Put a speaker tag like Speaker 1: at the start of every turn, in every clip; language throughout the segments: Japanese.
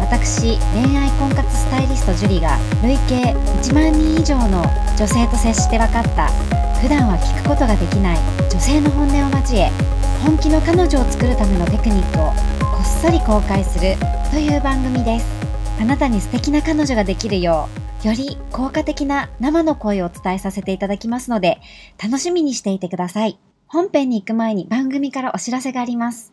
Speaker 1: 私恋愛婚活スタイリストジュリが累計1万人以上の女性と接して分かった普段は聞くことができない女性の本音を交え本気の彼女を作るためのテクニックをこっそり公開するという番組ですあなたに素敵な彼女ができるようより効果的な生の声をお伝えさせていただきますので楽しみにしていてください本編に行く前に番組からお知らせがあります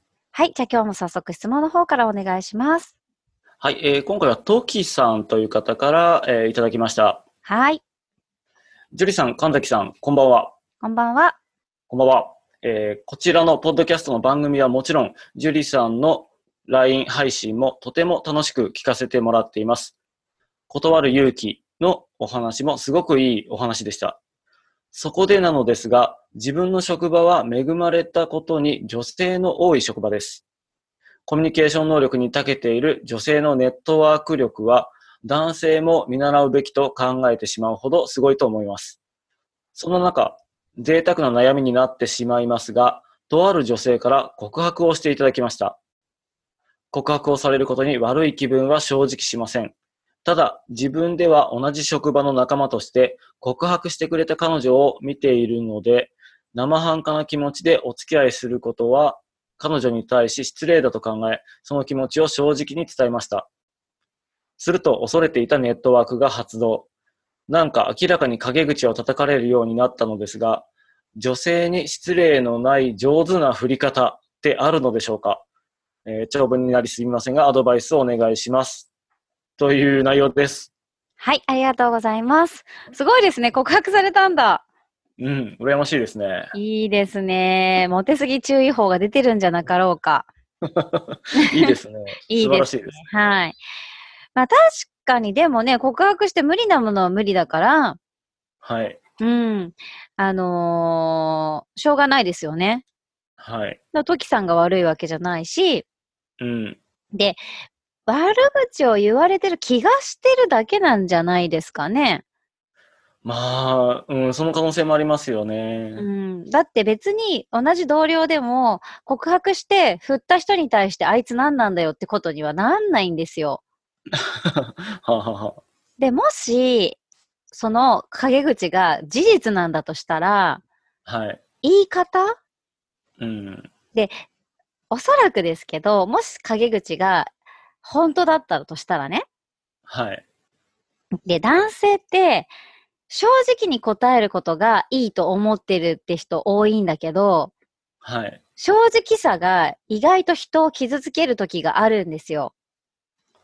Speaker 1: はい、じゃあ今日も早速質問の方からお願いします。
Speaker 2: はい、えー今回はトキさんという方から、えーいただきました。
Speaker 1: はい、
Speaker 2: ジュリさん、神崎さん、こんばんは。
Speaker 1: こんばんは。
Speaker 2: こんばんは。えーこちらのポッドキャストの番組はもちろん、ジュリさんの LINE 配信もとても楽しく聞かせてもらっています。断る勇気のお話もすごくいいお話でした。そこでなのですが、自分の職場は恵まれたことに女性の多い職場です。コミュニケーション能力に長けている女性のネットワーク力は男性も見習うべきと考えてしまうほどすごいと思います。そんな中、贅沢な悩みになってしまいますが、とある女性から告白をしていただきました。告白をされることに悪い気分は正直しません。ただ、自分では同じ職場の仲間として告白してくれた彼女を見ているので、生半可な気持ちでお付き合いすることは彼女に対し失礼だと考え、その気持ちを正直に伝えました。すると、恐れていたネットワークが発動。なんか明らかに陰口を叩かれるようになったのですが、女性に失礼のない上手な振り方ってあるのでしょうか、えー長文になりすみませんが、アドバイスをお願いします。という内容です。
Speaker 1: はい、ありがとうございます。すごいですね、告白されたんだ。
Speaker 2: うん、羨ましいで すね。
Speaker 1: いいですね。モテすぎ注意報が出てるんじゃなかろうか。
Speaker 2: いいですね。
Speaker 1: いい
Speaker 2: 素晴
Speaker 1: で
Speaker 2: ら
Speaker 1: す
Speaker 2: し
Speaker 1: ね
Speaker 2: いです。
Speaker 1: はい。まあ確かにでもね、告白して無理なものは無理だから、
Speaker 2: はい。
Speaker 1: うん。あのーしょうがないですよね。
Speaker 2: はい。
Speaker 1: のトキさんが悪いわけじゃないし、
Speaker 2: うん。
Speaker 1: で、悪口を言われてる気がしてるだけなんじゃないですかね。
Speaker 2: まあ、うん、その可能性もありますよね。
Speaker 1: うん。だって別に同じ同僚でも告白して振った人に対してあいつ何なんだよってことにはなんないんですよ。
Speaker 2: はあはあはあ
Speaker 1: で、もし、その陰口が事実なんだとしたら、
Speaker 2: はい。
Speaker 1: 言い方
Speaker 2: うん。
Speaker 1: おそらくですけど、もし陰口が本当だったとしたらね。
Speaker 2: はい。
Speaker 1: で、男性って、正直に答えることがいいと思ってるって人多いんだけど、
Speaker 2: はい。
Speaker 1: 正直さが意外と人を傷つける時があるんですよ。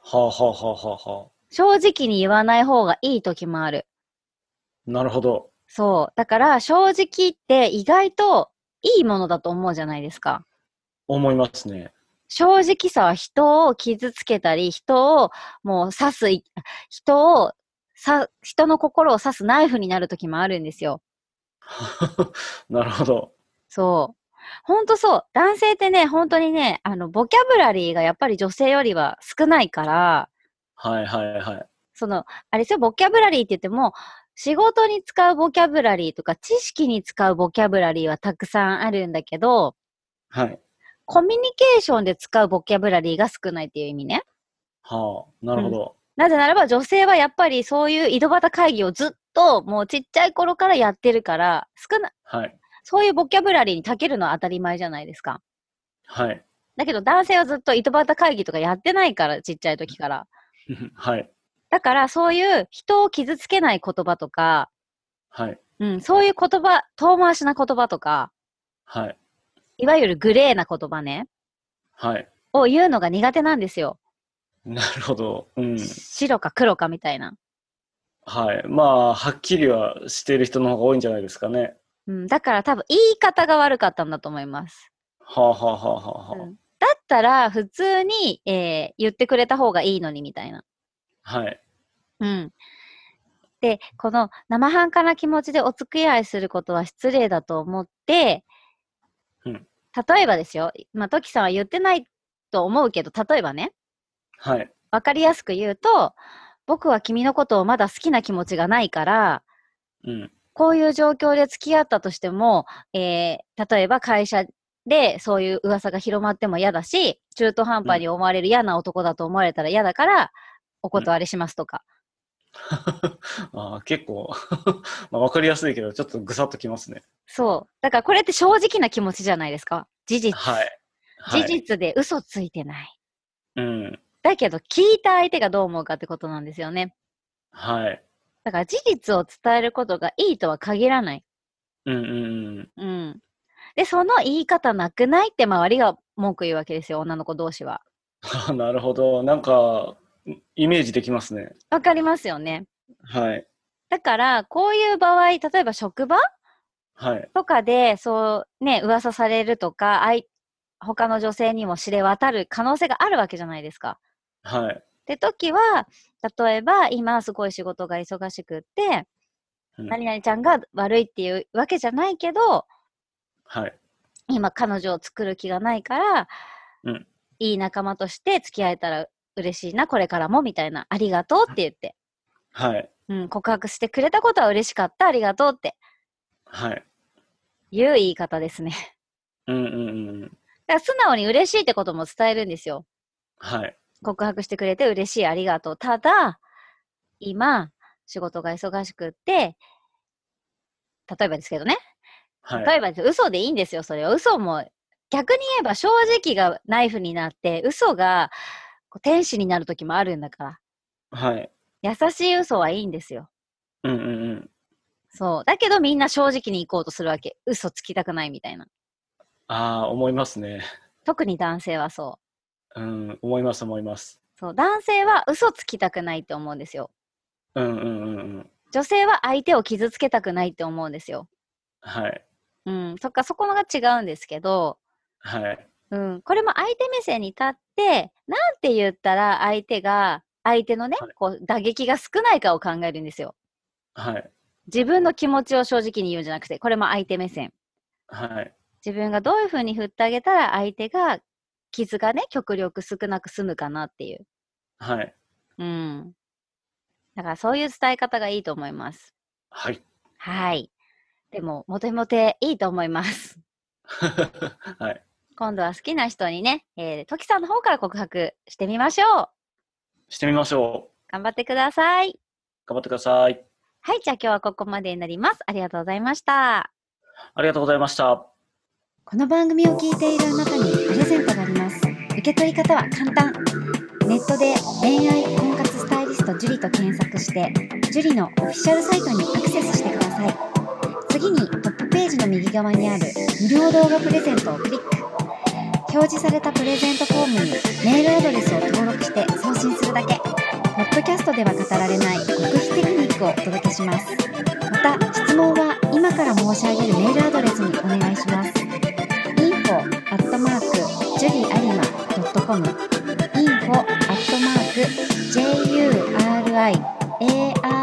Speaker 2: はあはあはあはあは
Speaker 1: 正直に言わない方がいい時もある。
Speaker 2: あ。なるほど。
Speaker 1: そう。だから正直って意外といいものだと思うじゃないですか。
Speaker 2: 思いますね。
Speaker 1: 正直さは人を傷つけたり、人をもう刺すい、人をさ、人の心を刺すナイフになる時もあるんですよ。
Speaker 2: なるほど。
Speaker 1: そう。ほんとそう。男性ってね、本当にね、あの、ボキャブラリーがやっぱり女性よりは少ないから、
Speaker 2: はいはいはい。
Speaker 1: その、あれですよ、ボキャブラリーって言っても、仕事に使うボキャブラリーとか、知識に使うボキャブラリーはたくさんあるんだけど、
Speaker 2: はい。
Speaker 1: コミュニケーションで使うボキャブラリーが少ないっていう意味ね。
Speaker 2: はあ。なるほど。
Speaker 1: なぜならば女性はやっぱりそういう井戸端会議をずっともうちっちゃい頃からやってるから、少な、
Speaker 2: はい。
Speaker 1: そういうボキャブラリーに長けるのは当たり前じゃないですか。
Speaker 2: はい。
Speaker 1: だけど男性はずっと井戸端会議とかやってないから、ちっちゃい時から。
Speaker 2: はい。
Speaker 1: だだからそういう人を傷つけない言葉とか、
Speaker 2: はい。
Speaker 1: うん、そういう言葉、遠回しな言葉とか、
Speaker 2: はい。
Speaker 1: いわゆるグレーな言葉ね、
Speaker 2: はい。
Speaker 1: を言うのが苦手なんですよ。
Speaker 2: なるほど。うん。
Speaker 1: 白か黒かみたいな。
Speaker 2: はい。まあ、はっきりはしてる人の方が多いんじゃないですかね。
Speaker 1: うん、だから多分言い方が悪かったんだと思います。
Speaker 2: はあ、はあはあはあはあ
Speaker 1: うんだったら普通に、えー言ってくれた方がいいのにみたいな。
Speaker 2: はい。
Speaker 1: うん。で、この生半可な気持ちでお付き合いすることは失礼だと思って、
Speaker 2: うん
Speaker 1: 例えばですよ、まあ、トキさんは言ってないと思うけど、例えばね、
Speaker 2: はい。
Speaker 1: わかりやすく言うと、僕は君のことをまだ好きな気持ちがないから、
Speaker 2: うん。
Speaker 1: こういう状況で付き合ったとしても、えー例えば会社でそういう噂が広まっても嫌だし、中途半端に思われる嫌な男だと思われたら嫌だから、お断りしますとか。
Speaker 2: あー結構、 まあ、わかりやすいけど、ちょっとぐさっときますね。
Speaker 1: そう。だからこれって正直な気持ちじゃないですか。事実。
Speaker 2: はい。はい、
Speaker 1: 事実で嘘ついてない。
Speaker 2: うん。
Speaker 1: だけど聞いた相手がどう思うかってことなんですよね。
Speaker 2: はい。
Speaker 1: だから事実を伝えることがいいとは限らない。
Speaker 2: うんうんうん。
Speaker 1: うん。で、その言い方なくないって周りが文句言うわけですよ。女の子同士は。
Speaker 2: あなるほど。なん か、イメージできますね。
Speaker 1: わかりますよね。
Speaker 2: はい。
Speaker 1: だから、こういう場合、例えば職場
Speaker 2: はい。
Speaker 1: とかで、そう、ね、噂されるとか、あい他の女性にも知れ渡る可能性があるわけじゃないですか。
Speaker 2: はい。
Speaker 1: って時は、例えば今すごい仕事が忙しくって、
Speaker 2: うん
Speaker 1: 何々ちゃんが悪いっていうわけじゃないけど、
Speaker 2: はい。
Speaker 1: 今彼女を作る気がないから、
Speaker 2: うん
Speaker 1: いい仲間として付き合えたら嬉しいな、これからもみたいな、ありがとうって言って、
Speaker 2: はい。
Speaker 1: うん、告白してくれたことは嬉しかった、ありがとうって
Speaker 2: はい。
Speaker 1: いう言い方ですね。
Speaker 2: うんうんうんうん。
Speaker 1: だから素直に嬉しいってことも伝えるんですよ。
Speaker 2: はい。
Speaker 1: 告白してくれて嬉しい、ありがとう。ただ、今、仕事が忙しくって、例えばですけどね、
Speaker 2: は
Speaker 1: 例
Speaker 2: い。
Speaker 1: えばです、嘘でいいんですよ、それは。嘘も、逆に言えば正直がナイフになって、嘘がこう天使になる時もあるんだか
Speaker 2: はい。
Speaker 1: ら。優しい嘘はいいんですよ。
Speaker 2: うんうんうん。
Speaker 1: そう。だけどみんな正直に行こうとするわけ。嘘つきたくないみたいな。
Speaker 2: ああ、思いますね。
Speaker 1: 特に男性はそ
Speaker 2: うん、思います思います。
Speaker 1: う。そう。男性は嘘つきたくないって思うんですよ。
Speaker 2: うんうんうんうん。
Speaker 1: 女性は相手を傷つけたくないって思うんですよ。
Speaker 2: はい。
Speaker 1: うん。そっか、そこのが違うんですけど、
Speaker 2: はい。
Speaker 1: うん、これも相手目線に立って、なんて言ったら相手が、相手のね、
Speaker 2: はい
Speaker 1: こう、打撃が少ないかを考えるんですよ。
Speaker 2: はい。
Speaker 1: 自分の気持ちを正直に言うんじゃなくて、これも相手目線。
Speaker 2: はい。
Speaker 1: 自分がどういうふうに振ってあげたら相手が、傷がね、極力少なく済むかなっていう。
Speaker 2: はい。
Speaker 1: うん。だからそういう伝え方がいいと思います。
Speaker 2: はい。
Speaker 1: はい。でも、モテモテいいと思います。
Speaker 2: はい。
Speaker 1: 今度は好きな人にね、えー、トキさんの方から告白してみましょう。
Speaker 2: してみましょう。
Speaker 1: 頑張ってください。
Speaker 2: 頑張ってください。
Speaker 1: はい、じゃあ今日はここまでになります。ありがとうございました。
Speaker 2: ありがとうございました。
Speaker 3: この番組を聞いているあなたにプレゼントがあります受け取り方は簡単ネットで恋愛婚活スタイリスト樹と検索して樹のオフィシャルサイトにアクセスしてください次にトップページの右側にある無料動画プレゼントをクリック表示されたプレゼントフォームにメールアドレスを登録して送信するだけポッドキャストでは語られない極秘テクニックをお届けしますまた質問は今から申し上げるメールアドレスにお願いします info アットマーク juriarima.com info アットマーク juriarima